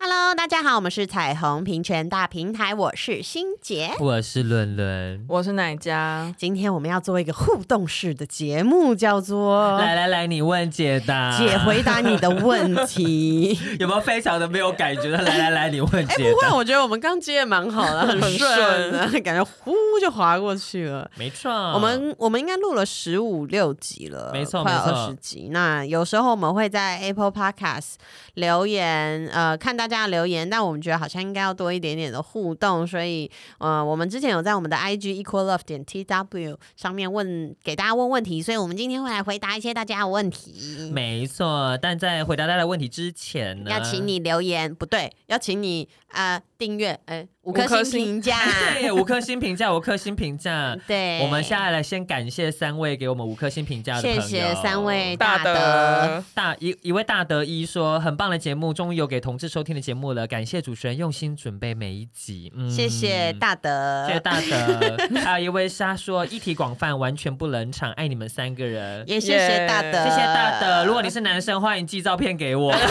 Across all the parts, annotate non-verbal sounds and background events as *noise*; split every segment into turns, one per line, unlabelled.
Hello，大家好，我们是彩虹平权大平台，我是欣杰。
我是伦伦。
我是奶家，
今天我们要做一个互动式的节目，叫做
来来来，你问解答，
“姐回答你的问题
有没有非常的没有感觉的？来来来，你问”
哎，
解
不会，
答，
我觉得我们刚接的蛮好的，很
很
顺的，感觉呼就划过去了。
没错，
我们我们应该录了十五六集了，
嗯没错
快
没
二
错
十集。那有时候我们会在 Apple Podcast 留言，呃，看大家的留言，但我们觉得好像应该要多一点点的互动，所以呃，我们之前有在我们的 IG equal love 点 tw 上面问给大家问问题，所以我们今天会来回答一些大家的问题。
没错，但在回答大家的问题之前呢，。
要请你留言，不对，要请你呃订阅，哎、五
五
颗星
颗星
评价
对哎五颗星评价，五颗星评 *laughs* 价。
对，
我们现在来先感谢三位给我们五颗星评价的朋
谢
友，
谢三位
大
德。
德，
大一一位大德一说，很棒的节目，终于有给同志收听的节目了，感谢主持人用心准备每一集，嗯，
谢谢。大德，
谢谢大德，还有一位沙说议题广泛，完全不冷场，爱你们三个人，
也谢谢大德，
谢谢大德。如果你是男生，欢迎寄照片给我。
*laughs*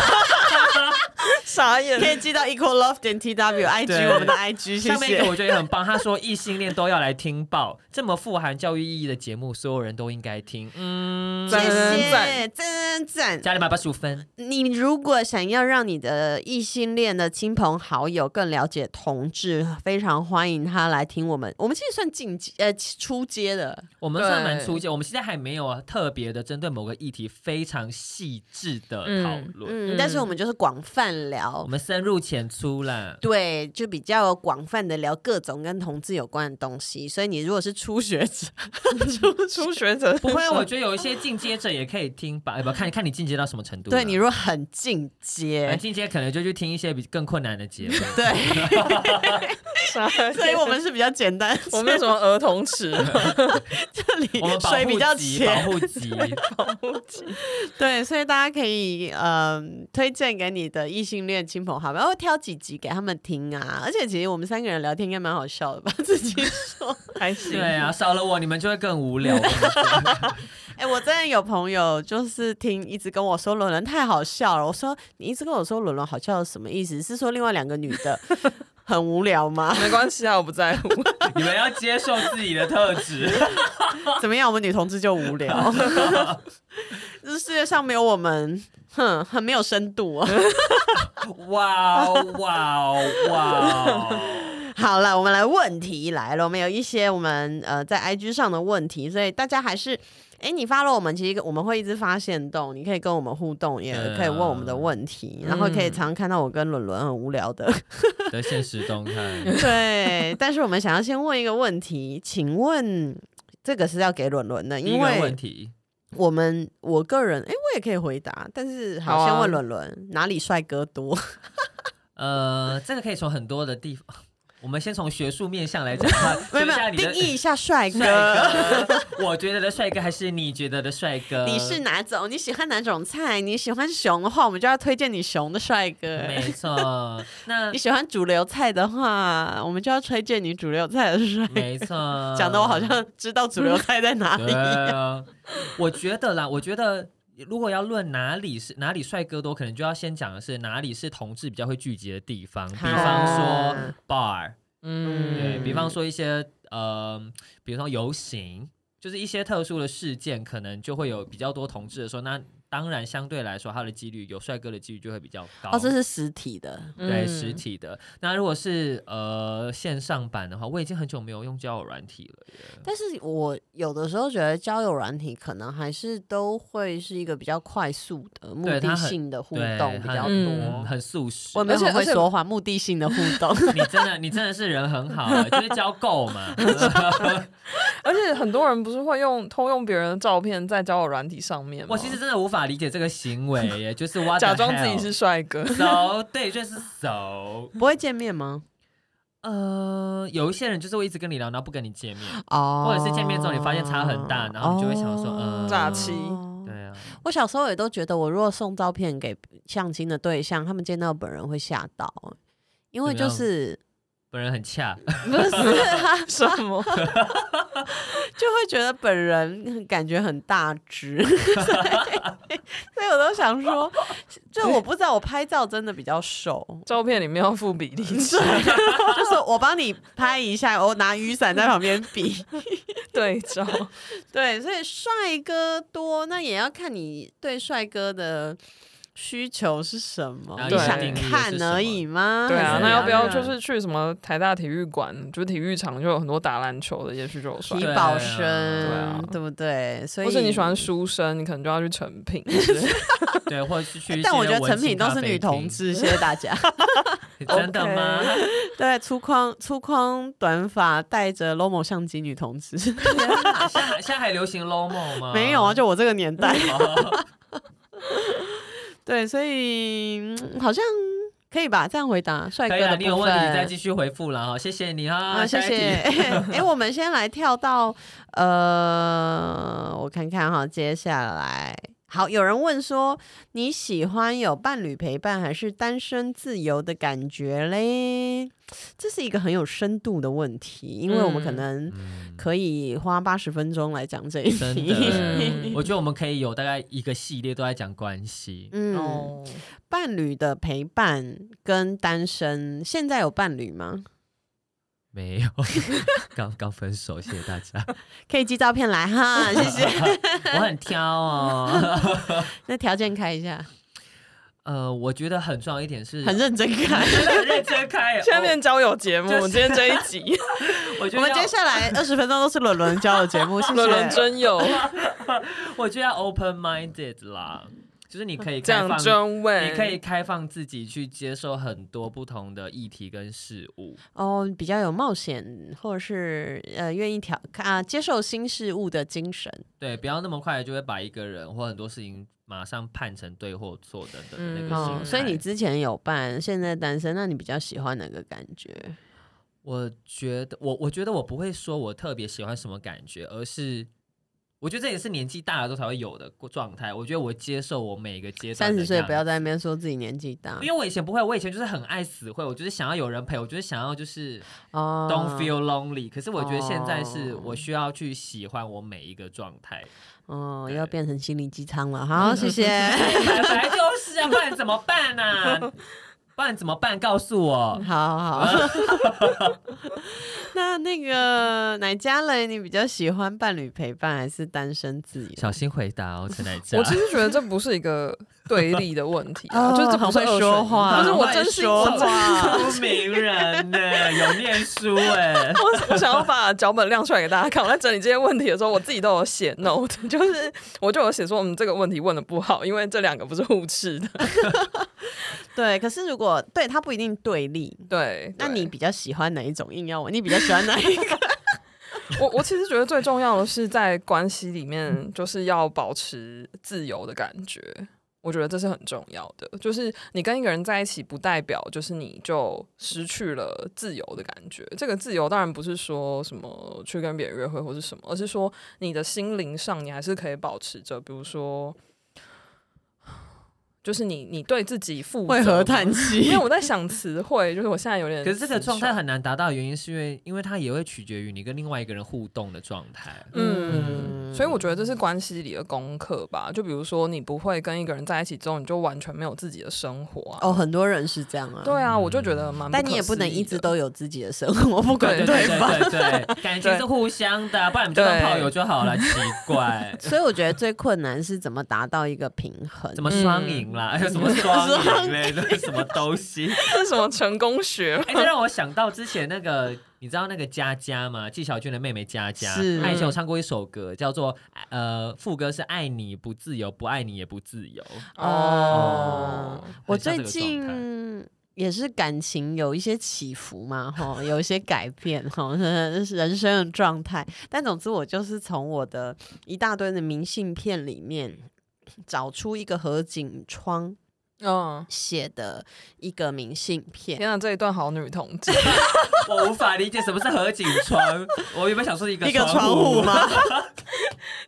傻眼
可以寄到 equal love 点 t w i g
对
我们的 i g，谢
上面一个
谢。
我觉得也很棒，他说异性恋都要来听报，这么富含教育意义的节目，所有人都应该听。嗯，
谢
赞
谢，赞赞赞！
加了八八十五分，
你如果想要让你的异性恋的亲朋好友更了解同志，非常欢迎他来听我们。我们其实算进阶呃初阶的，
我们算蛮
对
粗浅，我们现在还没有特别的针对某个议题非常细致的讨论。
嗯，
嗯
但是我们就是广泛聊
我，们深入浅出啦。
对，就比较广泛的聊各种跟同志有关的东西。所以你如果是初学者，
初学者
不
*laughs*
会，啊我觉得有一些进阶者也可以听吧，哎不，看看你进阶到什么程度啦。
对你如果很进
哎
阶，
进阶可能就去听一些比更困难的节
*laughs*
目。
对。
傻眼
所以我们是比较简单，
*laughs* 我们有什么儿童池？ *laughs*
这里
我们保
水比较
护级，保
浅，
护级，
对，所以大家可以嗯、推荐给你的异性恋亲朋好友，然后挑几集给他们听啊。而且其实我们三个人聊天应该蛮好笑的吧， *laughs* 自己说。
还行
对啊，少了我你们就会更无聊。
哎、我真的有朋友就是听一直跟我说伦伦太好笑了，我说你一直跟我说伦伦好笑是什么意思？是说另外两个女的很无聊吗？ *laughs*
没关系啊，我不在乎。
你们要接受自己的特质。
怎么样？我们女同志就无聊， *laughs* 这世界上没有我们，哼，很没有深度、啊。
哇哦哇哦哇
*laughs*
哦！
好了，我们来问题来了，我们有一些我们呃在 IG 上的问题，所以大家还是，哎、你发了我们，其实我们会一直发现动，你可以跟我们互动，也
对啊
可以问我们的问题，
嗯
然后可以常看到我跟伦伦很无
*laughs*
聊的，
的现实动态，
对。但是我们想要先问一个问题，请问这个是要给伦伦的，
第一
因
个问
为
题，
我们我个人，哎、我也可以回答，但是好，
好啊
先问伦伦哪里帅哥多？
呃，这个可以从很多的地方，我们先从学术面向来讲话，
没有
说一下
没有，
你
定
的
义一下帅
帅哥， *laughs* 我觉得的帅哥还是你觉得的帅哥？
你是哪种？你喜欢哪种菜？你喜欢熊的话，我们就要推荐你熊的帅哥。
没错，那
*laughs* 你喜欢主流菜的话，我们就要推荐你主流菜的帅哥。
没错，
*laughs* 讲的我好像知道主流菜在哪里
对。
*laughs*
啊，我觉得啦，我觉得。如果要论哪里是哪里帅哥多，可能就要先讲的是哪里是同志比较会聚集的地方，比方说
啊
bar，对
嗯
比方说一些呃，比如说游行，就是一些特殊的事件，可能就会有比较多同志的时候，那当然相对来说，它的几率有帅哥的几率就会比较高。
哦，这是实体的，
对
嗯
实体的。那如果是呃线上版的话，我已经很久没有用交友软体了耶。
但是我有的时候觉得交友软体可能还是都会是一个比较快速的目
对它
的
很
性的互
对
动比
它
较
嗯
嗯，
多。
很素食
我。没有
而且
很会
而且
说话，目的性的互动。
你真的，你真的是人很好啊，就是交够
*laughs*
嘛。
而且很多人不是会用偷用别人的照片在交友软体上面吗？
我其实真的无法理解这个行为耶，就是 what the
*laughs*
假装自己
hell
是帅哥， *laughs*
熟，对，就是熟。
*laughs* 不会见面吗？
呃，有一些人就是会一直跟你聊，然后不跟你见面，
哦，哦
或者是见面之后你发现差很大，然后你就会想说，呃，
诈欺
对啊，
我小时候也都觉得，我如果送照片给相亲的对象，他们见到本人会吓到，因为
怎么
就
样
是 *laughs*
本人很恰，
不是啊，
什么？
就会觉得本人感觉很大只， *laughs* 所以所以我都想说，就我不知道我拍照真的比较瘦，
照片里面要附比例尺，
就是我帮你拍一下，我拿雨伞在旁边比。 *laughs*
对照。
对，所以帅哥多，那也要看你对帅哥的需求是什么，
然后
你
你
想
定义的
是
看
什么
而已吗？
对
还
啊，
是
那要不要
两
就
个
是去什么台大体育馆，就是体育场就有很多打篮球的，也许就有帅
体
对。啊对
保
啊
生，
对
啊
对不对？所以
或是你喜欢书生，你可能就要去成 *laughs* 品。之类的
对，或者是去一些文青咖啡厅。
哎但我觉得成品都是女同志，谢谢
*laughs*
大家。
真的吗？
对，粗框粗框短发，带着 Lomo 相机女同
*laughs*
志，
现在还现在还流行 Lomo 吗？
*laughs* 没有啊，就我这个年代。
哦
*laughs* 对，所以、嗯好像可以吧？这样回答帅
可
哥
以了，
的
你有
部
问
分。
题再继续回复了哈，谢谢你哈，
啊，谢
下一
谢。
题。
*laughs* 哎、我们先来跳到呃，我看看哈，接下来好，有人问说你喜欢有伴侣陪伴还是单身自由的感觉嘞？这是一个很有深度的问题，因为我们可
嗯
能
*laughs* 嗯
可以花八十分钟来讲这一
真
题。
的，
嗯
我觉得我们可以有大概一个系列都在讲关系。
*laughs* 嗯，
哦，
伴侣的陪伴跟单身，现在有伴侣吗？
没
*laughs*
有，刚刚分手，谢谢大家。
可以寄照片来哈，谢谢。
*laughs* 我很挑
*laughs*
哦，
那条件开一下，
呃，我觉得很重要一点是，
很认真开。
真的 *laughs* 很认真开。
下面交友节目，
就是
今天这一 *laughs* 集，
我我觉
*laughs*
得
我们接
要，
下来二十分钟都是伦伦教的
*laughs*
节目，谢谢。
伦伦真 *laughs* 有
我觉得要 open minded 啦，就是你可以
这
嗯
开
样
放。
真味，
你可以开放自己去接受很多不同的议题跟事物，
哦，比较有冒险，或者是呃愿意挑啊、接受新事物的精神。
对，不要那么快就会把一个人或很多事情马上判成对或错等等的那个
嗯
心态、
哦，所以你之前有伴，现在单身，那你比较喜欢哪个感觉？
我觉得我我觉得我不会说我特别喜欢什么感觉，而是我觉得这也是年纪大了之后才会有的过状态。我觉得我接受我每个阶段
三
的
十岁
样
不要
子
在那边说自己年纪大
因为我以前不会，我以前就是很爱死会，我就是想要有人陪，我就是想要就是
哦。
嗯
don't feel lonely、可是我觉得现在是
哦
我需要去喜欢我每一个状态， *laughs*
哦，
对
要变成心灵鸡汤
*laughs*
了。好，谢谢。
本来就是啊，不然怎么办呢、啊？不然怎么办？告诉我。
好 *laughs* 好。那那个奶家嘞，你比较喜欢伴侣陪伴还是单身自
*laughs*
由？
小心回答哦，陈乃佳
我。其实觉得这不是一个对立的问题啊，
啊哦
就是这
很
不是
会
二选
说
一
话
可是我
很
真
会
心
说
我真
话
出名人呢、有念书哎、
我我想要把脚本亮出来给大家看。我在整理这些问题的时候，我自己都有写 note，就是 *laughs* 我就有写说我嗯们这个问题问的不好，因为这两个不是互斥的。
对，可是如果对他不一定对立，
对，
那
对
你比较喜欢哪一种硬要我？你比较喜欢哪 *laughs* 一个？
我我其实觉得最重要的是在关系里面，就是要保持自由的感觉。我觉得这是很重要的，就是你跟一个人在一起，不代表就是你就失去了自由的感觉。这个自由当然不是说什么去跟别人约会或是什么，而是说你的心灵上你还是可以保持着，比如说，就是你你对自己负责
为何叹
因
气
为？我在想词汇，就是我现在有点
可是这个
词
状态
穷
很难达到，原因是因为因为它也会取决于你跟另外一个人互动的状态。
嗯，所以我觉得这是关系里的功课吧。就比如说，你不会跟一个人在一起之后，你就完全没有自己的生活啊。
哦，很多人是这样啊。
对啊，我就觉得蛮可思议的。
但你也不能一直都有自己的生活，不管
对
对
对
方。
对对，感情是互相的，啊不然你们就当
对
炮友就好了。奇怪，
*laughs* 所以我觉得最困难是怎么达到一个平衡。
怎么
嗯
双赢啦？ *laughs* 还有什么双赢嘞？都是什么东西？
*laughs* 这是什么成功学
哎、这让我想到之前那个，你知道那个佳佳吗？纪晓君的妹妹佳佳，
是
她以前有唱过一首歌，叫做呃，副歌是“爱你不自由，不爱你也不自由
哦
哦。”
我
很像这
最
个状态
近也是感情有一些起伏嘛，哈，有一些改变，哈， *laughs* 人生的状态。但总之，我就是从我的一大堆的明信片里面找出一个合景窗，
嗯，
写的一个明信片。
天啊，这一段好女同志， *laughs*
我无法理解什么是合景窗。我原本想说一个
一个窗户
户？
吗？ *laughs*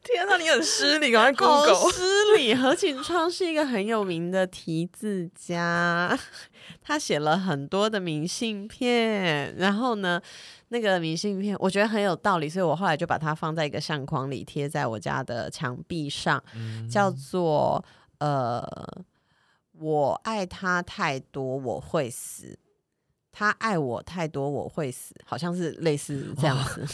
天啊，你很失礼，赶快
好
Google。
失礼！何景窗是一个很有名的题字家，他写了很多的明信片。然后呢，那个明信片我觉得很有道理，所以我后来就把它放在一个相框里，贴在我家的墙壁上，
嗯
叫做呃，我爱他太多，我会死。他爱我太多，我会死，好像是类似这样子。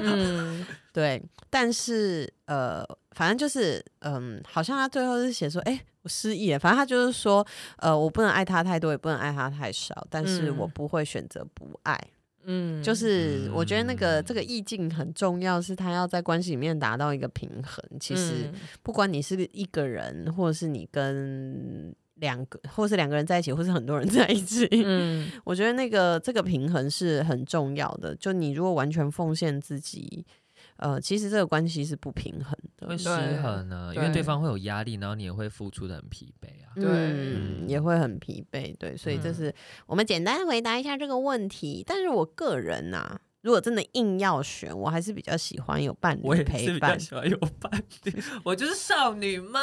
嗯，
对，但是呃，反正就是嗯，好像他最后是写说，哎、我失忆了。反正他就是说，呃，我不能爱他太多，也不能爱他太少，但是我
嗯
不会选择不爱。
嗯，
就是我觉得那个、
嗯
这个意境很重要，是他要在关系里面达到一个平衡。其实
嗯
不管你是一个人，或者是你跟两个，或是两个人在一起，或是很多人在一起，
嗯
我觉得那个这个平衡是很重要的。就你如果完全奉献自己，呃，其实这个关系是不平衡
会
的，
失衡呢，因为
对
对方会有压力，然后你也会付出的很疲惫啊。
对
嗯也会很疲惫，对。所以这是、我们简单回答一下这个问题。但是我个人呐、如果真的硬要选，我还是比较喜欢有伴
我
侣
也是
陪
比较
伴。
喜欢有伴
*laughs*
侣，我就是少女嘛。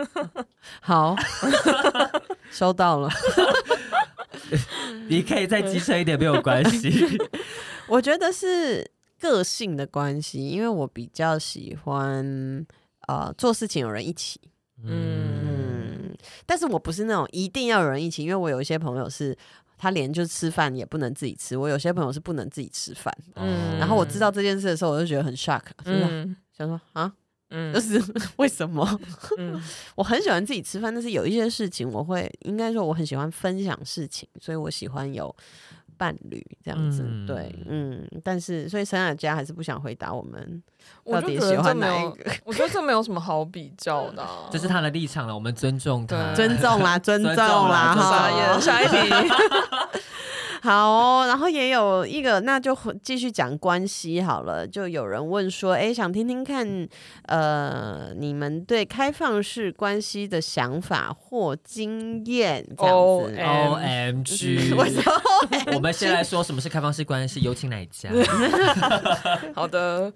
*laughs*
好，收到了。嗯
你可以再机车一点，没有关系。
我觉得是个性的关系，因为我比较喜欢呃做事情有人一起。
嗯，
嗯，但是我不是那种一定要有人一起，因为我有一些朋友是。他连就吃饭也不能自己吃，我有些朋友是不能自己吃饭。
嗯
然后我知道这件事的时候，我就觉得很 shock，、就是 *laughs*
嗯
想说啊，
嗯，
就是 *laughs* 为什么？ *laughs*
嗯
我很喜欢自己吃饭，但是有一些事情我会，应该说我很喜欢分享事情，所以我喜欢有伴侣这样子。
嗯
对，嗯，但是所以沈雅佳还是不想回答我们
我
到
就
底
觉
喜
得这
欢
没
哪一
有，
个，
我觉得这没有什么好比较
*laughs*
的啊，
这是他的立场了，我们尊重他。
对
尊重
*laughs*
啦，尊重
呃尊重啦
啦，
尊重
哈
傻
啦
眼， *laughs* 下一题，
好哦、然后也有一个，那就回继续讲关系好了。就有人问说，哎，想听听看，呃，你们对开放式关系的想法或经验这样
OM
子。哎
O M
*laughs*
G，
为什么？
我们先来说什么是开放式关系，有请哪一
*laughs*
家？
好的，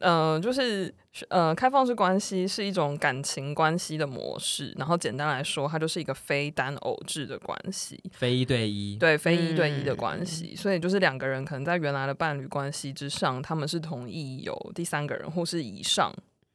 嗯、就是呃，开放式关系是一种感情关系的模式，然后简单来说，它就是一个非单偶制的关系，
非一对一。
对，非一对一的
嗯
关系，所以就是两个人可能在原来的伴侣关系之上，他们是同意有第三个人或是以上。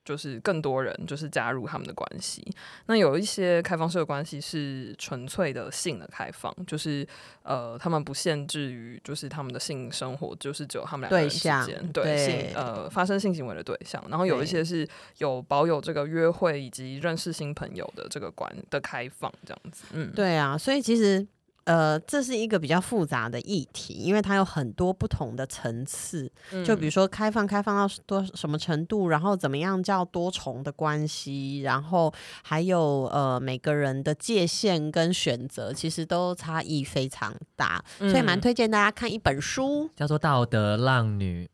就是更多人就是加入他们的关系，那有一些开放式的关系是纯粹的性的开放，就是呃，他们不限制于就是他们的性生活，就是只有他们两个
对
人之
象
间对
对
性呃发生性行为的对象，然后有
对
一些是有保有这个约会以及认识新朋友的这个关的开放这样子，嗯，
对啊，所以其实。呃，这是一个比较复杂的议题，因为它有很多不同的层次。
嗯，
就比如说开放，开放到多什么程度，然后怎么样叫多重的关系，然后还有呃每个人的界限跟选择，其实都差异非常大，所以蛮
嗯
推荐大家看一本书。
叫做《道德浪女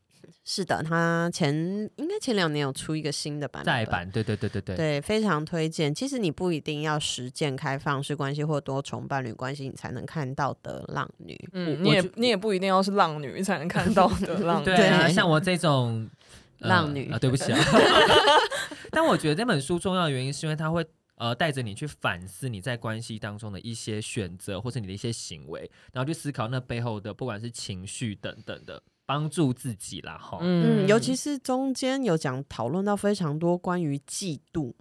是的，它前应该前两年有出一个新的》版本，
再版，对对对对对。
对，非常推荐。其实你不一定要实践开放式关系或多重伴侣关系，你才能看到的浪女。
我
嗯，你
我
也
觉
你也不一定要是浪女才能看到
*laughs*
的浪女，
对啊，
对
像我这种、呃
浪女
啊，对不
*laughs*
起啊。但我觉得这本书重要的原因是因为它会呃带着你去反思你在关系当中的一些选择或者你的一些行为，然后去思考那背后的不管是情绪等等的，帮助自己啦哈。
嗯，尤其是中间有讲讨论到非常多关于嫉妒，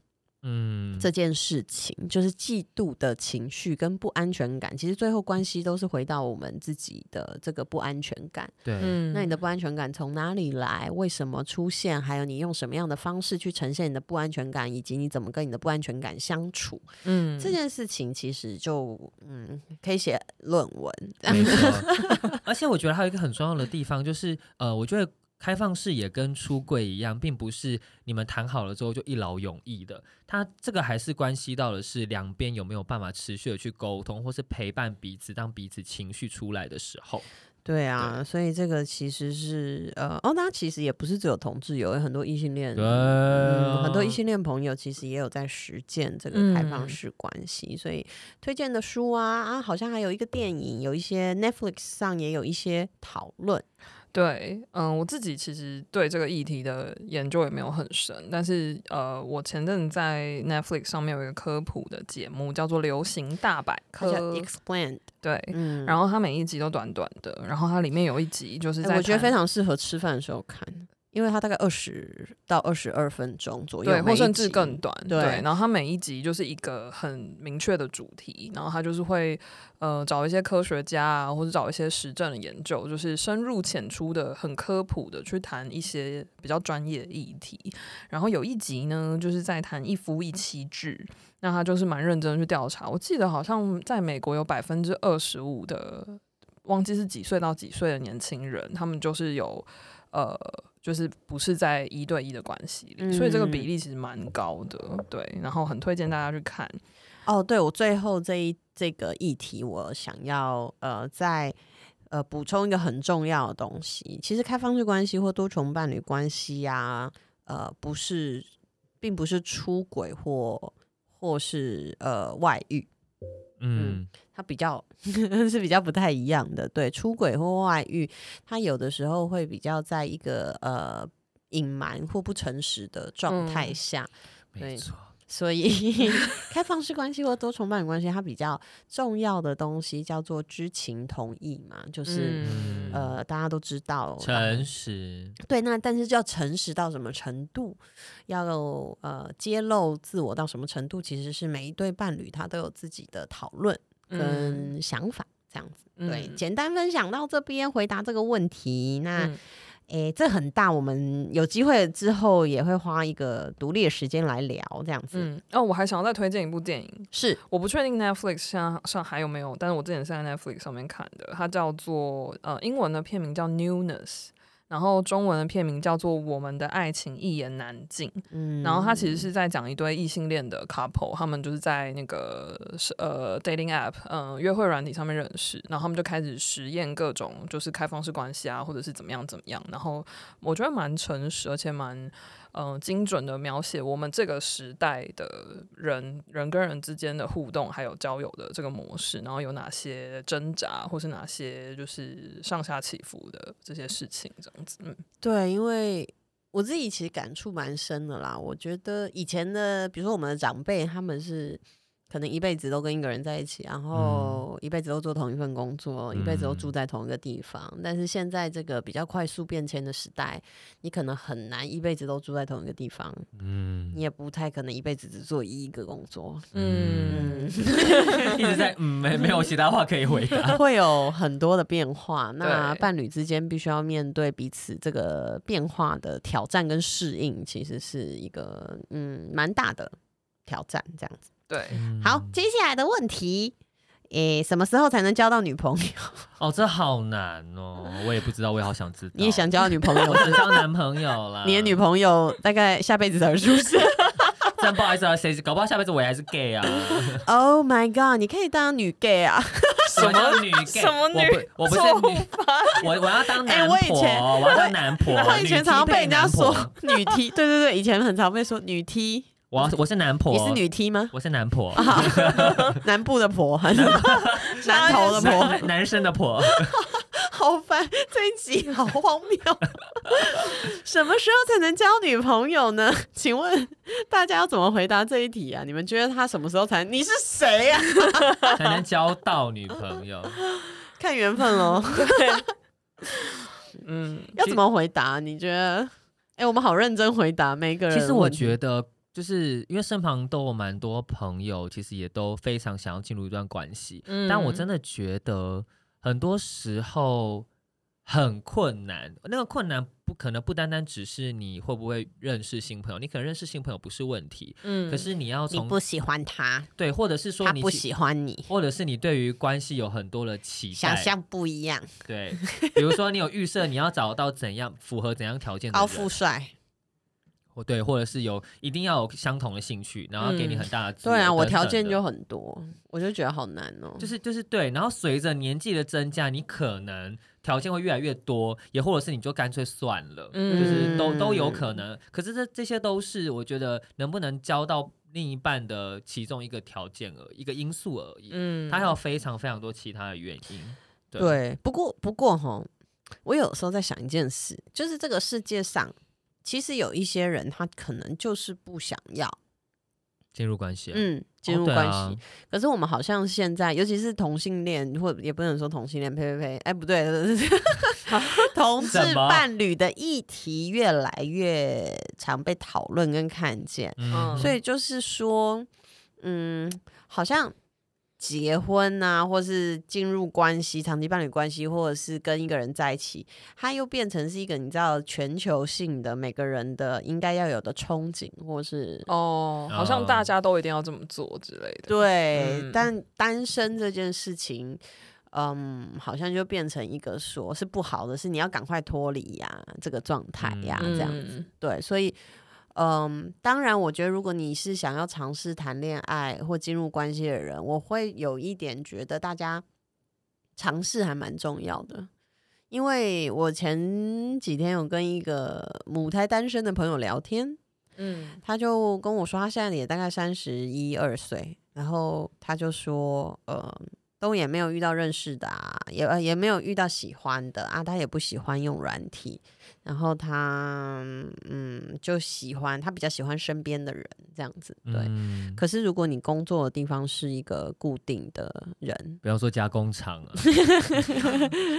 嗯，
这件事情，就是嫉妒的情绪跟不安全感，其实最后关系都是回到我们自己的这个不安全感。
对，
嗯
那你的不安全感从哪里来？为什么出现？还有你用什么样的方式去呈现你的不安全感，以及你怎么跟你的不安全感相处？
嗯
这件事情其实就嗯，可以写论文。
没
*laughs*
错而且我觉得还有一个很重要的地方就是，呃，我觉得开放式也跟出柜一样，并不是你们谈好了之后就一劳永逸的，它这个还是关系到的是两边有没有办法持续的去沟通，或是陪伴彼此，当彼此情绪出来的时候。
对啊，所以这个其实是呃，哦，那其实也不是只有同志有，有很多异性恋，
对
嗯，
啊，
很多异性恋朋友其实也有在实践这个
嗯
开放式关系，所以推荐的书啊啊，好像还有一个电影，有一些 Netflix 上也有一些讨论，
对，嗯，我自己其实对这个议题的研究也没有很深，但是呃，我前阵子在 Netflix 上面有一个科普的节目，叫做《流行大百
它
科
叫》，Explained，
对，
嗯，
然后它每一集都短短的，然后它里面有一集就是在、
哎我觉得非。常适合吃饭的时候看，因为它大概二十到二十二分钟左右，
对，
每
或
一
甚至
集
更短。
对
然后它每一集就是一个很明确的主题，然后它就是会呃找一些科学家啊，或者找一些实证的研究，就是深入浅出的、很科普的去谈一些比较专业的议题。然后有一集呢，就是在谈一夫一妻制，那他就是蛮认真地去调查。我记得好像在美国有百分之二十五的，忘记是几岁到几岁的年轻人，他们就是有呃，就是不是在一对一的关系里，所以这个比
嗯
例其实蛮高的。对，然后很推荐大家去看。
哦，对，我最后这一这个议题，我想要呃再呃补充一个很重要的东西。其实开放式关系或多重伴侣关系呀、呃，不是，并不是出轨或或是呃外遇，
嗯，
它比较 *laughs* 是比较不太一样的。对，出轨或外遇，它有的时候会比较在一个呃隐瞒或不诚实的状态
嗯
下。对
没错，
所
*laughs*
以，开放式关系或多重伴侣关系，它比较重要的东西叫做知情同意嘛，就是、
嗯
呃，大家都知道
诚实，
对，那但是就要诚实到什么程度，要呃揭露自我到什么程度，其实是每一对伴侣他都有自己的讨论跟想法。这样子，对，
嗯
简单分享到这边，回答这个问题。那，
嗯
诶、这很大，我们有机会之后也会花一个独立的时间来聊，这样子、
嗯，哦，我还想要再推荐一部电影，
是
我不确定 Netflix 现在上还有没有，但是我之前是在 Netflix 上面看的，它叫做呃英文的片名叫 Newness，然后中文的片名叫做《我们的爱情一言难尽》。
嗯
然后他其实是在讲一对异性恋的 couple，他们就是在那个是呃 dating app，嗯、约会软体上面认识，然后他们就开始实验各种就是开放式关系啊，或者是怎么样怎么样。然后我觉得蛮诚实，而且蛮嗯、呃精准的描写我们这个时代的人人跟人之间的互动，还有交友的这个模式，然后有哪些挣扎，或是哪些就是上下起伏的这些事情，这样子。嗯
对，因为我自己其实感触蛮深的啦。我觉得以前的，比如说我们的长辈，他们是可能一辈子都跟一个人在一起，然后一辈子都做同一份工作，一辈子都住
嗯
在同一个地方。但是现在这个比较快速变迁的时代，你可能很难一辈子都住在同一个地方，
嗯
你，也不太可能一辈子只做一个工作。
嗯
嗯， *laughs*
一直在嗯，没没有其他话可以回 *laughs* 答，
会有很多的变化。
*laughs*
那
对
伴侣之间必须要面对彼此这个变化的挑战跟适应，其实是一个嗯蛮大的挑战。这样子， *laughs*
对。
*laughs*
嗯
好，接下来的问题。诶，什么时候才能交到女朋友？
哦，这好难哦，我也不知道，我也好想知道，
你也想交到女朋友
我？想 *laughs* 交男朋友啦，
*laughs* 你的女朋友大概下辈子才会出
*laughs*
现。
真不好意思啊，谁搞不好下辈子我也还是 gay
*laughs*
啊？
oh my god！你可以当女 gay 啊！
什么女 gay？
什么女
我不我不是女，我我要当男
哎我以
婆，
前
我要当男婆。
*laughs* 我以
女
前
踢
常常被
配
人家
男
说
婆
女 T，对对对，以前很常被说女 T。
我要我是男婆，
你是，女啊
*laughs*
T 吗？
我是男婆，
南部的婆还是南头的婆？
男男生的婆。
好烦，这一集好荒谬。 *laughs* 什么时候才能交女朋友呢？ *laughs* 请问大家要怎么回答这一题啊？你们觉得他什么时候才？你是谁呀、啊？ *laughs*
才能交到女朋友。
看缘分喽， *laughs*
*laughs* 嗯，
要怎么回答？你觉得？哎、我们好认真回答每一个人。
其实我觉得，就是因为身旁都有蛮多朋友，其实也都非常想要进入一段关系，
嗯
但我真的觉得很多时候很困难。那个困难不可能不单单只是你会不会认识新朋友，你可能认识新朋友不是问题，
嗯
可是你要
你
从
不喜欢他，
对，或者是说
他
你
不
其
喜欢你，
或者是你对于关系有很多的期待，
想象不一样，
对，比如说你有预设你要找到怎样符合怎样条件的
高
人，
富帅，
或对，或者是有一定要有相同的兴趣，然后给你很大的自由
对啊，我
等
条
等
件
的
就很多，我就觉得好难哦、
就是就是对，然后随着年纪的增加，你可能条件会越来越多，也或者是你就干脆算了，就
嗯，
是都都有可能。可是这这些都是我觉得能不能交到另一半的其中一个条件而已一个因素而已，
嗯
它还有非常非常多其他的原因。对
对，不过不过哈，我有时候在想一件事，就是这个世界上其实有一些人，他可能就是不想要，
进入关系了，
嗯，进入
哦对
关系。
啊
可是我们好像现在，尤其是同性恋，或也不能说同性恋，呸呸呸，哎，不对，
*laughs*
同志
什么
伴侣的议题越来越常被讨论跟看见，
嗯，
所以就是说，嗯，好像结婚啊，或是进入关系、长期伴侣关系，或者是跟一个人在一起，它又变成是一个你知道全球性的每个人的应该要有的憧憬，或是
哦，好像大家都一定要这么做之类的。
对，啊
嗯
但单身这件事情，嗯，好像就变成一个说是不好的，是你要赶快脱离呀、这个状态呀、
嗯
这样子。
子，
对，所以，嗯，当然，我觉得如果你是想要尝试谈恋爱或进入关系的人，我会有一点觉得大家尝试还蛮重要的。因为我前几天有跟一个母胎单身的朋友聊天，
嗯
他就跟我说，他现在也大概三十一二岁，然后他就说，呃，都也没有遇到认识的啊，也呃也没有遇到喜欢的啊，他也不喜欢用软体，然后他嗯就喜欢他比较喜欢身边的人这样子，对。
嗯
可是如果你工作的地方是一个固定的人，
不要说加工厂啊，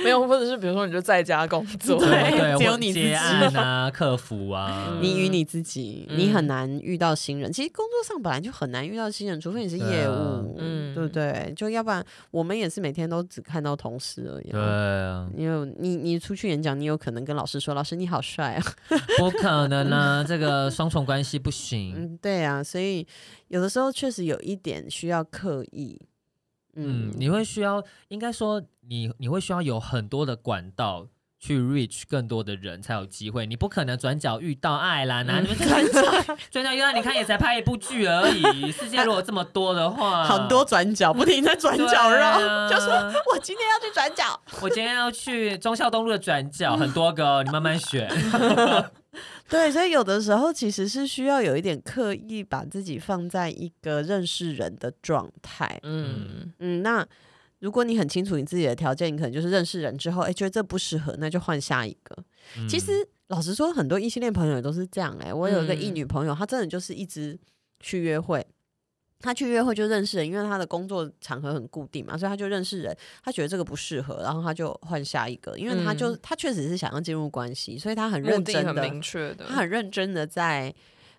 没有，或者是比如说你就在家工作，
对
*laughs* 对，
只有
或
你自己
接案啊，客服啊，
你与
嗯
你自己，你很
嗯
难遇到新人。其实工作上本来就很难遇到新人，除非你是
对啊
业务，
嗯
对不对？就要不然我们也是每天都只看到同事而已
对
啊。
啊，
你有你你出去演讲，你有可能跟老师说：“老师你好帅啊。
不可能啊，这个双重关系不”行。
嗯，对啊，所以有的时候确实有一点需要刻意。
嗯
嗯，，
你会需要，应该说你你会需要有很多的管道去 reach 更多的人才有机会，你不可能转角遇到爱啦，
嗯
哪你们转角转角遇到，你看也才拍一部剧而已，世界如果这么多的话，
*laughs*
啊
很多转角，不停在转
*laughs* 对
角绕，
啊
就说我今天要去转角。
我今天要去忠孝东路的转角，很多个哦，你慢慢选。
对，所以有的时候其实是需要有一点刻意把自己放在一个认识人的状态。
嗯
嗯，那如果你很清楚你自己的条件，你可能就是认识人之后，哎，觉得这不适合，那就换下一个。 *laughs* 其实老实说，很多异性恋朋友也都是这样、哎，我有一个异
嗯
女朋友，她真的就是一直去约会。她去约会就认识人，因为她的工作场合很固定嘛，所以她就认识人。她觉得这个不适合，然后她就换下一个，因为她就、
嗯
她确实是想要进入关系，所以她很
目
认
的
真
很
的
明确的，
他很认真的在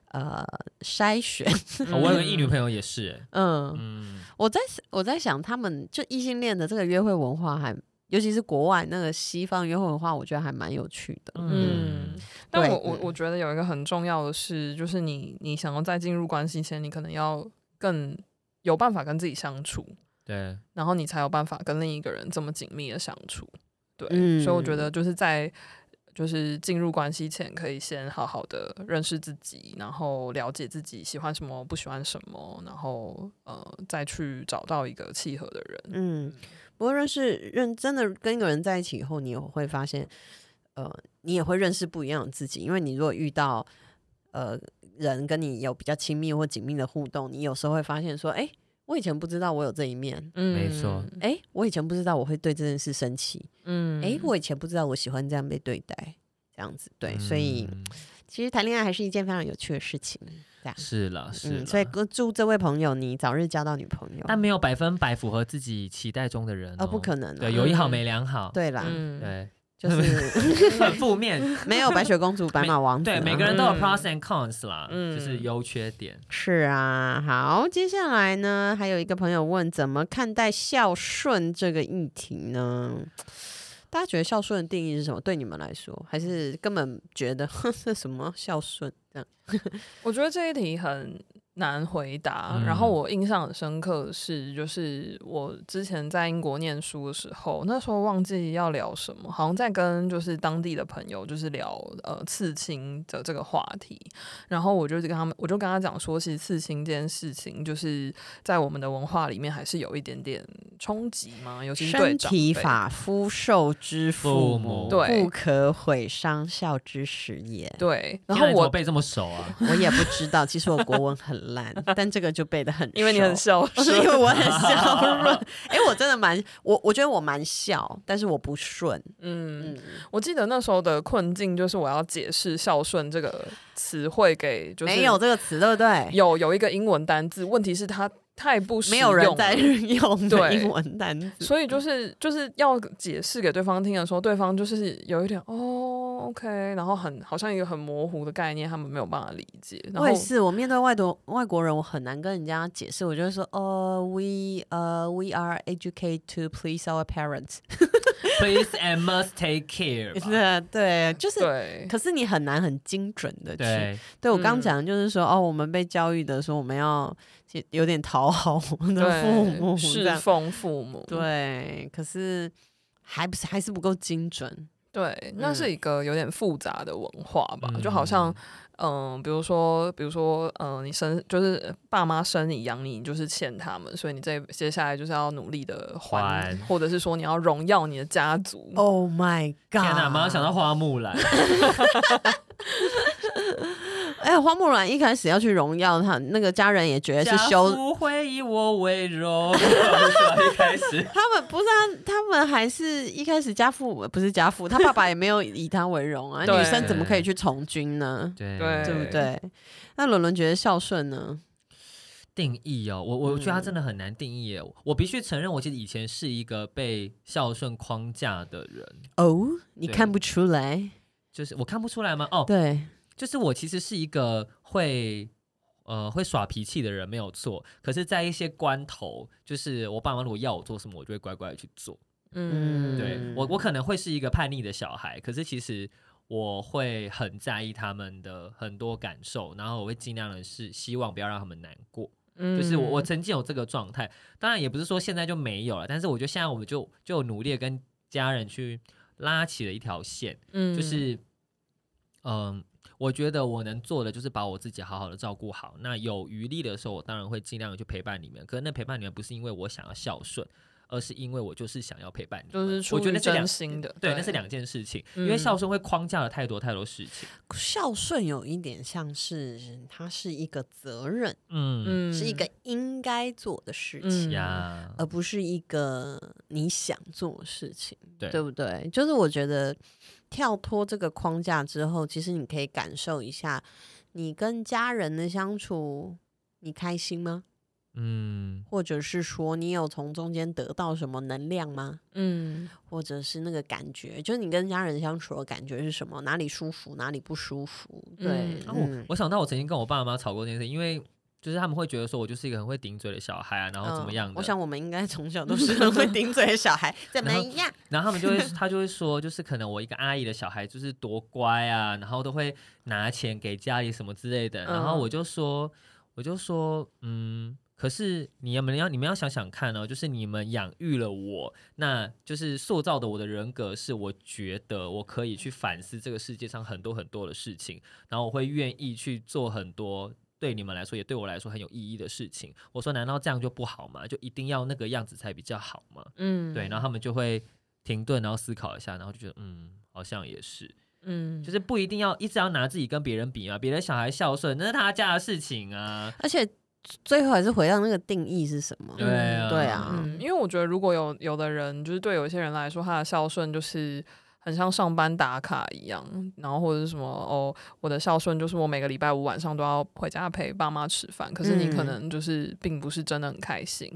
呃筛选。
嗯、哦我有个异女朋友也是、欸
嗯，
嗯，
我在我在想，他们就异性恋的这个约会文化还。尤其是国外那个西方约会文化，我觉得还蛮有趣的。
嗯，
但
对
我我
嗯
我觉得有一个很重要的是，就是你你想要在进入关系前，你可能要更有办法跟自己相处，
对，
然后你才有办法跟另一个人这么紧密的相处。对，
嗯
所以我觉得就是在就是进入关系前，可以先好好的认识自己，然后了解自己喜欢什么，不喜欢什么，然后呃再去找到一个契合的人。
嗯，不过认识认真的跟一个人在一起以后，你也会发现，呃，你也会认识不一样的自己。因为你如果遇到呃人跟你有比较亲密或紧密的互动，你有时候会发现说，哎、我以前不知道我有这一面，
嗯
没错
哎、我以前不知道我会对这件事生气，
嗯，
哎、我以前不知道我喜欢这样被对待，这样子对，所以
嗯
其实谈恋爱还是一件非常有趣的事情。
是了是
嗯，
啦
所以祝这位朋友你早日交到女朋友。
但没有百分百符合自己期待中的人、哦，
哦，不可能、啊，
对，有一好没两好，
对啦，
嗯，
对，
就是 *laughs*
很负面，
没有白雪公主、白马王子啊、
对，每个人都有
嗯
pros and cons 啦，
嗯
就是优缺点。
是啊。好，接下来呢，还有一个朋友问，怎么看待孝顺这个议题呢？大家觉得孝顺的定义是什么？对你们来说，还 *laughs* 是根本觉得哼，这什么孝顺这样？
我觉得这一题很难回答。
嗯
然后我印象很深刻的是，就是我之前在英国念书的时候，那时候忘记要聊什么，好像在跟就是当地的朋友就是聊呃刺青的这个话题。然后我就跟他们，我就跟他讲说，其实刺青这件事情，就是在我们的文化里面还是有一点点冲击嘛，尤其是对
身
长
体
辈
发肤受之父
父
母，
母
对
不可毁伤孝之始也。
对。然
天啊你怎
后
么
我
背这么熟
*laughs*
啊，
我也不知道，其实我国文很烂，但这个就背得很熟，
因为你很孝
*laughs*
不是因
顺，
为我很孝
*laughs*
顺。哎、我真的蛮我，我觉得我蛮孝，但是我不顺。
嗯。
嗯，
我记得那时候的困境就是我要解释“孝顺”这个词汇给，就是
没有这个词，对不对？
有有一个英文单字，问题是它太不实
没
用
有
了
人在
*laughs*
嗯用的
对
英文单词，
所以就是就是要解释给对方听的时候，对方就是有一点哦，OK，然后很好像一个很模糊的概念，他们没有办法理解。然
我
后
也是，我面对外国外国人，我很难跟人家解释，我就会说，呃，we 呃，we are educated to please our parents。
？Please and must take care 吧。
是， *laughs* 对，就是，
对，
可是你很难很精准的去。
对，
对我刚
嗯
讲的就是说，哦，我们被教育的说我们要其实有点讨好我们的
对
父母，这
侍
样
奉父母，
对，可是还不是还是不够精准。
对，那是一个有点复杂的文化吧，
嗯
就好像，嗯、比如说，比如说，嗯、你生就是爸妈生你养你，你就是欠他们，所以你这接下来就是要努力的还，
还
或者是说你要荣耀你的家族。
Oh my god！
天哪，马上想到花木兰，
哎、花木兰一开始要去荣耀她，那个家人也觉得是羞
家，父会以我为荣。 *laughs* 一开
*laughs*
始，
他们不是啊，他们还是一开始家父不是家父，他爸爸也没有以他为荣啊，
对
女生怎么可以去从军呢？
对
对
对不对？那伦伦觉得孝顺呢？
定义哦，我我觉得它真
嗯
的很难定义耶。我必须承认，我其实以前是一个被孝顺框架的人，
哦，你看不出来，
就是我看不出来吗？哦，
对，
就是我其实是一个会。呃，会耍脾气的人没有错，可是，在一些关头，就是我爸妈如果要我做什么，我就会乖乖地去做。
嗯，
对
嗯
我，我可能会是一个叛逆的小孩，可是其实我会很在意他们的很多感受，然后我会尽量的是希望不要让他们难过。
嗯
就是我我曾经有这个状态，当然也不是说现在就没有了，但是我觉得现在我们就就努力的跟家人去拉起了一条线，
嗯
就是嗯。我觉得我能做的就是把我自己好好的照顾好。那有余力的时候，我当然会尽量的去陪伴你们。可是那陪伴你们不是因为我想要孝顺，而是因为我就是想要陪伴你
就
们。
是出
我觉得
于
那是两
真心的，
对，那是两件事情，
嗯
因为孝顺会框架了太多太多事情。
孝顺有一点像是它是一个责任，
嗯
是一个应该做的事情。
嗯
呀，
而不是一个你想做的事情，
对
不对？就是我觉得跳脱这个框架之后，其实你可以感受一下你跟家人的相处，你开心吗？
嗯，
或者是说你有从中间得到什么能量吗？
嗯
或者是那个感觉，就是你跟家人相处的感觉是什么？哪里舒服，哪里不舒服？对，
嗯
哦，
嗯，
我想到我曾经跟我爸妈吵过这件事，因为就是他们会觉得说我就是一个很会顶嘴的小孩啊，然后怎么样
嗯
的，
我想我们应该从小 *laughs* 都是很会顶嘴的小孩，怎
*laughs*
么
然后
样？
然后他们就会 *laughs* 他就会说，就是可能我一个阿姨的小孩就是多乖啊，然后都会拿钱给家里什么之类的，然后
嗯
我就说我就说嗯。可是你们要你们要想想看哦，就是你们养育了我，那就是塑造的我的人格是，我觉得我可以去反思这个世界上很多很多的事情，然后我会愿意去做很多对你们来说也对我来说很有意义的事情。我说难道这样就不好吗？就一定要那个样子才比较好吗？
嗯
对，然后他们就会停顿，然后思考一下，然后就觉得嗯，好像也是，
嗯
就是不一定要一直要拿自己跟别人比啊，别的小孩孝顺那是他家的事情啊，
而且最后还是回到那个定义是什么？
对啊，
对啊
嗯，因为我觉得如果有有的人，就是对有一些人来说，他的孝顺就是很像上班打卡一样，然后或者是什么哦，我的孝顺就是我每个礼拜五晚上都要回家陪爸妈吃饭，可是你可
嗯
能就是并不是真的很开心。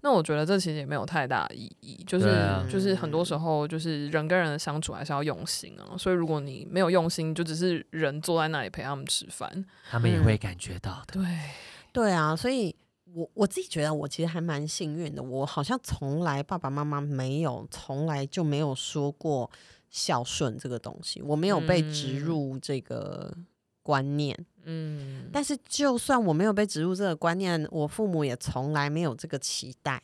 那我觉得这其实也没有太大的意义，就是、
对啊
就是很多时候就是人跟人的相处还是要用心啊，所以如果你没有用心，就只是人坐在那里陪他们吃饭，
他们也会感觉到的。
对，
对啊，所以我我自己觉得我其实还蛮幸运的，我好像从来爸爸妈妈没有，从来就没有说过孝顺这个东西，我没有被植
嗯
入这个观念，
嗯，
但是就算我没有被植入这个观念，我父母也从来没有这个期待。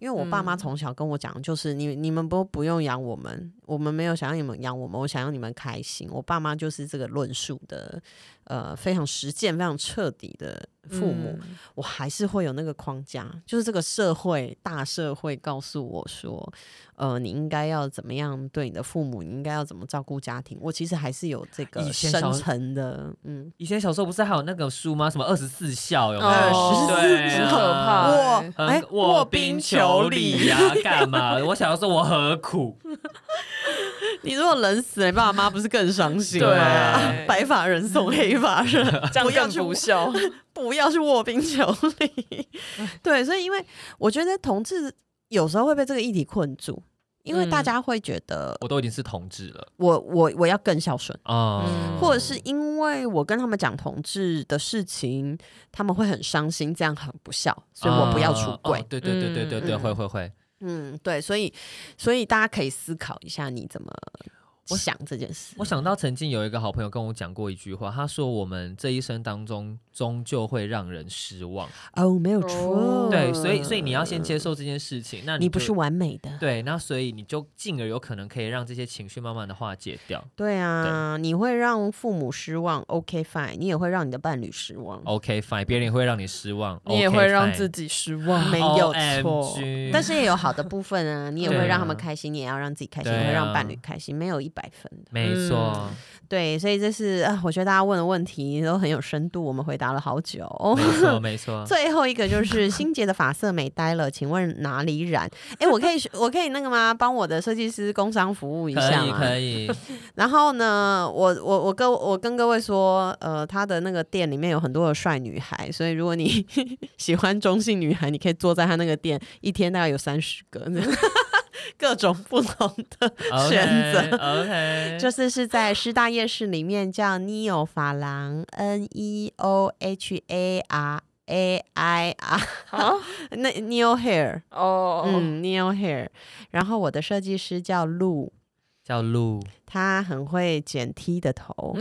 因为我爸妈
嗯
从小跟我讲，就是、你你们不不用养我们，我们没有想要你们养我们，我想要你们开心。我爸妈就是这个论述的，呃，非常实践、非常彻底的父母。
嗯
我还是会有那个框架，就是这个社会大社会告诉我说，呃，你应该要怎么样对你的父母，你应该要怎么照顾家庭。我其实还是有这个
以前
深
小
层的，嗯，
以前小时候不是还有那个书吗？什么二十四孝有没有？
哦
对
很
啊
可怕
我
哎
很卧冰求鲤。 *laughs* 呀、干嘛？我小时候我何苦？
你如果冷死了，你爸爸妈妈不是更伤心吗？
对啊
白发人送黑发人，
*laughs*
这
不要
样更
去
不孝。
不要去卧冰求鲤。对，所以因为我觉得同志有时候会被这个议题困住，因为大
嗯
家会觉得
我都已经是同志了
我我我要更孝顺。
啊、
嗯
或者是因为我跟他们讲同志的事情，他们会很伤心，这样很不孝，所以我不要出
啊
柜
哦。对对对对对对，
嗯
会会会。
嗯，对，所以所以大家可以思考一下，你怎么
我
想这件事。
我想到曾经有一个好朋友跟我讲过一句话，他说我们这一生当中终究会让人失望，
哦，没有
哦
错，
对，所以所以你要先接受这件事情。那
你
就
不是完美的。
对，那所以你就进而有可能可以让这些情绪慢慢的化解掉。
对啊，你会让父母失望，OK fine，你也会让你的伴侣失望，
OK fine，别人也会让你失望，
你也会让自己失望。
没有错
OMG。
但是也有好的部分啊，你也会
对啊
让他们开心，你也要让自己开心，
对
也会让
啊
伴侣开心，没有一百分的。
没错。
*laughs*
嗯
对，所以这是啊，我觉得大家问的问题都很有深度，我们回答了好久。
没错，没错。
*laughs* 最后一个就是新杰的发色美呆了，请问哪里染？哎，我可以，我可以那个吗？帮我的设计师工商服务一
可
下
以，
吗
可？以。
然后呢，我我我跟我跟各位说，呃，他的那个店里面有很多的帅女孩，所以如果你 *laughs* 喜欢中性女孩，你可以坐在他那个店，一天大概有三十个，各种不同的
OK，
啊选择
OK，
*laughs* 就是是在师大夜市里面叫 Neo 发廊 N E O H A R A I R， *laughs*
啊
那 Neo Hair，、
哦，
嗯，Neo Hair。然后我的设计师叫陆，
叫鹿。
她很会剪 T 的头，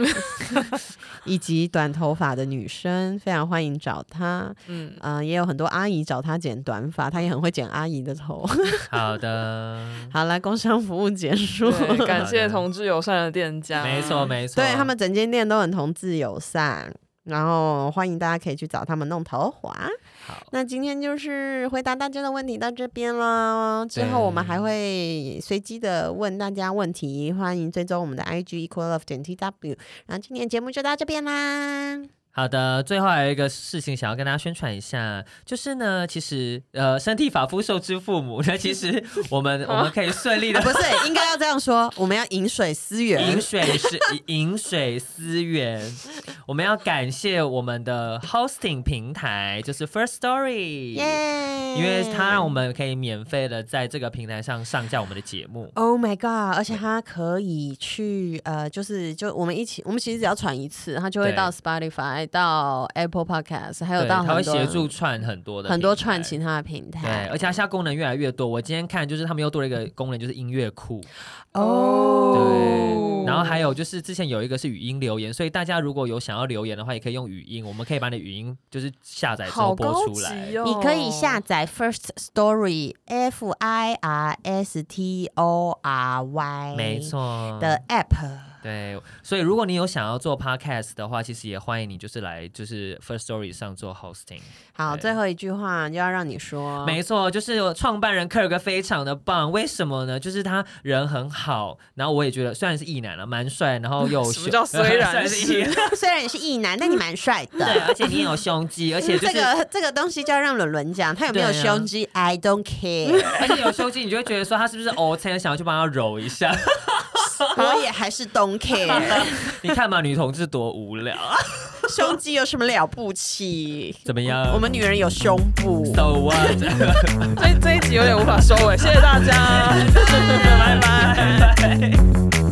以及短头发的女生，非常欢迎找她。
*laughs*
嗯，
啊、也有很多阿姨找她剪短发，她也很会剪阿姨的头。 *laughs*
好的，
好了，工商服务结束。
对，感谢同志友善的店家，
没错，没错。
对他们整间店都很同志友善，然后欢迎大家可以去找他们弄头滑。
好，
那今天就是回答大家的问题到这边了，之后我们还会随机的问大家问题，欢迎追踪我们的 IG equal of 点 tw。然后今天的节目就到这边啦，
好的，最后还有一个事情想要跟大家宣传一下，就是呢，其实呃，身体发肤受之父母，
*laughs*
那其实我们我们可以顺利的
啊、不是应该要这样说，我们要饮水思源
饮。水是饮水思源，我们要感谢我们的 hosting 平台，就是 First Story，
*laughs* 耶、
因为它让我们可以免费的在这个平台上上架我们的节目。
Oh my god！而且它可以去呃，就是就我们一起，我们其实只要传一次，它就会
对
到 Spotify、到 Apple Podcast，还有
对，
到
它
很
会
多
协助串很多的
很多
平台
串其他的平
对，
台
而。且它现在功能越来越多。我今天看就是他们又多了一个功能，就是音乐库。
哦
哦，
然后还有就是之前有一个是语音留言，所以大家如果有想要留言的话，也可以用语音，我们可以把你的语音就是下载之后
好
播
高
出来
级。哦，
你可以下载 First Story F I R S T O R Y，
没错，
的 App。
对，所以如果你有想要做 podcast 的话，其实也欢迎你就是来就是 First Story 上做 hosting。
好，
对
最后一句话就要让你说，
没错，就是创办人克尔格非常的棒，为什么呢？就是他人很好，然后我也觉得虽然是异男了，啊蛮帅，然 *laughs* 后又
什么
胸
叫
*laughs*
虽然
是异
是
男？
*laughs* 虽然你是异男，但你蛮帅的。
对，而且你也有胸肌，而且就
这
是、
个这个东西就要让伦伦讲，他有没有
对啊
胸肌、i don't care。
*laughs* 而且有胸肌，你就会觉得说他是不是 O 才想要去帮他揉一下？
我也还是 don't
*laughs*
care，
你看嘛，女同志多无
*laughs*
聊，
胸肌有什么了不起？
怎么样？
我们女人有胸部。
so what？ *laughs*
这这一集有点无法收尾，谢谢大家。
拜拜。